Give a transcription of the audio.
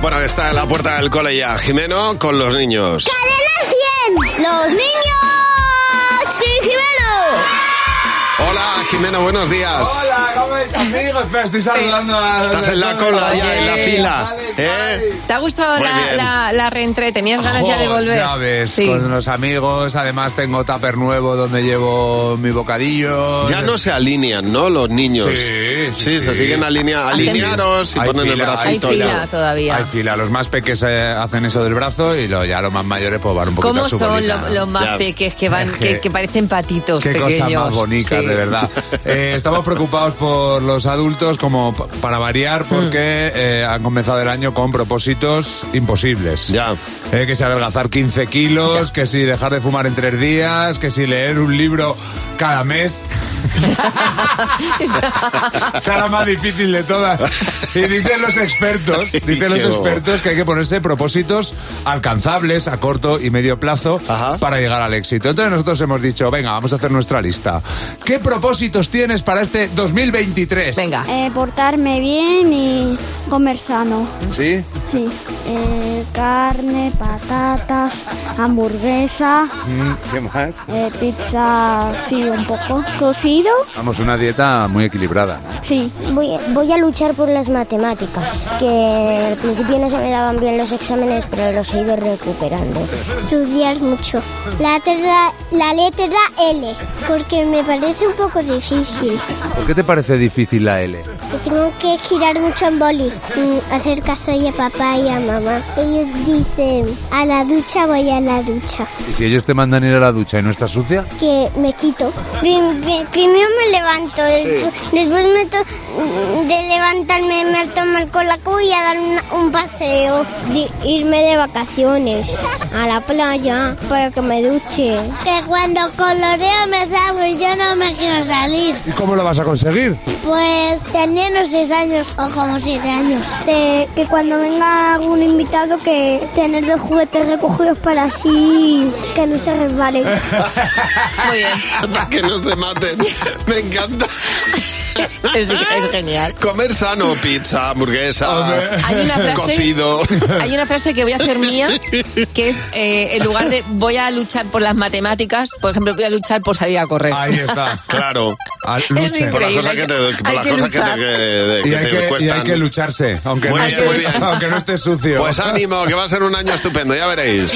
Bueno, está en la puerta del cole ya. Jimeno con los niños. ¡Cadena 100! ¡Los niños! ¡Sí, Hola, Jimeno, buenos días. Hola, ¿cómo estás, amigos? Pero estoy saludando a... Estás en la cola ya, en la fila. ¿eh? ¿Te ha gustado Muy la, bien. la, la reentré? ¿Tenías ganas ya de Ah, Joder, volver? ya ves, Sí. con los amigos. Además tengo tupper nuevo donde llevo mi bocadillo. Ya no se alinean, ¿no? Los niños. Sí, sí, sí. se siguen alineando. Alinearos y Hay ponen el fila, hay bracito Hay ya. fila todavía. Hay fila. Los más peques eh, hacen eso del brazo y lo- ya los más mayores pues van un poquito ¿Cómo a su son bolita. lo- los más Ya. peques que van, Es que- que, que parecen patitos Qué pequeños? cosa más bonita, Sí. de verdad. Eh, estamos preocupados por los adultos, como p- para Mm. variar, porque eh, han comenzado el año con propósitos imposibles. Ya. Eh, que si adelgazar 15 kilos, que si dejar de fumar en tres días, que si leer un libro cada mes. Esa es la más difícil de todas. Y dicen los expertos, dicen los Qué bobo. expertos que hay que ponerse propósitos alcanzables a corto y medio plazo Ajá. para llegar al éxito. Entonces nosotros hemos dicho, venga, vamos a hacer nuestra lista. ¿Qué propósitos tienes para este 2023? Venga. Eh, portarme bien y comer sano. ¿Sí? Sí. Eh, carne, patatas, hamburguesa, mm, ¿Qué más? eh, pizza, sí, un poco. Cocido, Vamos, una dieta muy equilibrada. sí. Voy, voy a luchar por las matemáticas, que al principio no se me daban bien los exámenes, pero los he ido recuperando. Estudiar mucho. La letra, la letra L, porque me parece un poco difícil. ¿Por qué te parece difícil la L? Tengo que girar mucho en boli, mm, hacer caso a papá y a mamá. Ellos dicen, a la ducha voy a la ducha, ¿Y si ellos te mandan ir a la ducha y no estás sucia? que me quito. Prim- prim- Primero me levanto, despu- después me to- de levantarme me tomo el colaco y a dar una- un paseo, Di- irme de vacaciones a la playa para que me duche. Que cuando coloreo me salgo y yo no me quiero salir. ¿Y cómo lo vas a conseguir? Pues tenía unos 6 años o como 7 años. De que cuando venga algún invitado que tener los juguetes recogidos para así que no se resbalen. Muy bien. Para que no se maten. Me encanta. Es, es genial. Comer sano, pizza, hamburguesa, Hay una frase. cocido. Hay una frase que voy a hacer mía, que es eh, en lugar de voy a luchar por las matemáticas, por ejemplo, voy a luchar por salir a correr. Ahí está. Claro. Al- Es luchen. Por las Increíble, cosas hay que que- te, por hay las que cosas que te, luchar. que- que Y hay te que, y cuestan. hay que lucharse, aunque, Muy no bien, Pues estés- muy bien. aunque no estés sucio. Pues ánimo, que va a ser un año estupendo, ya veréis.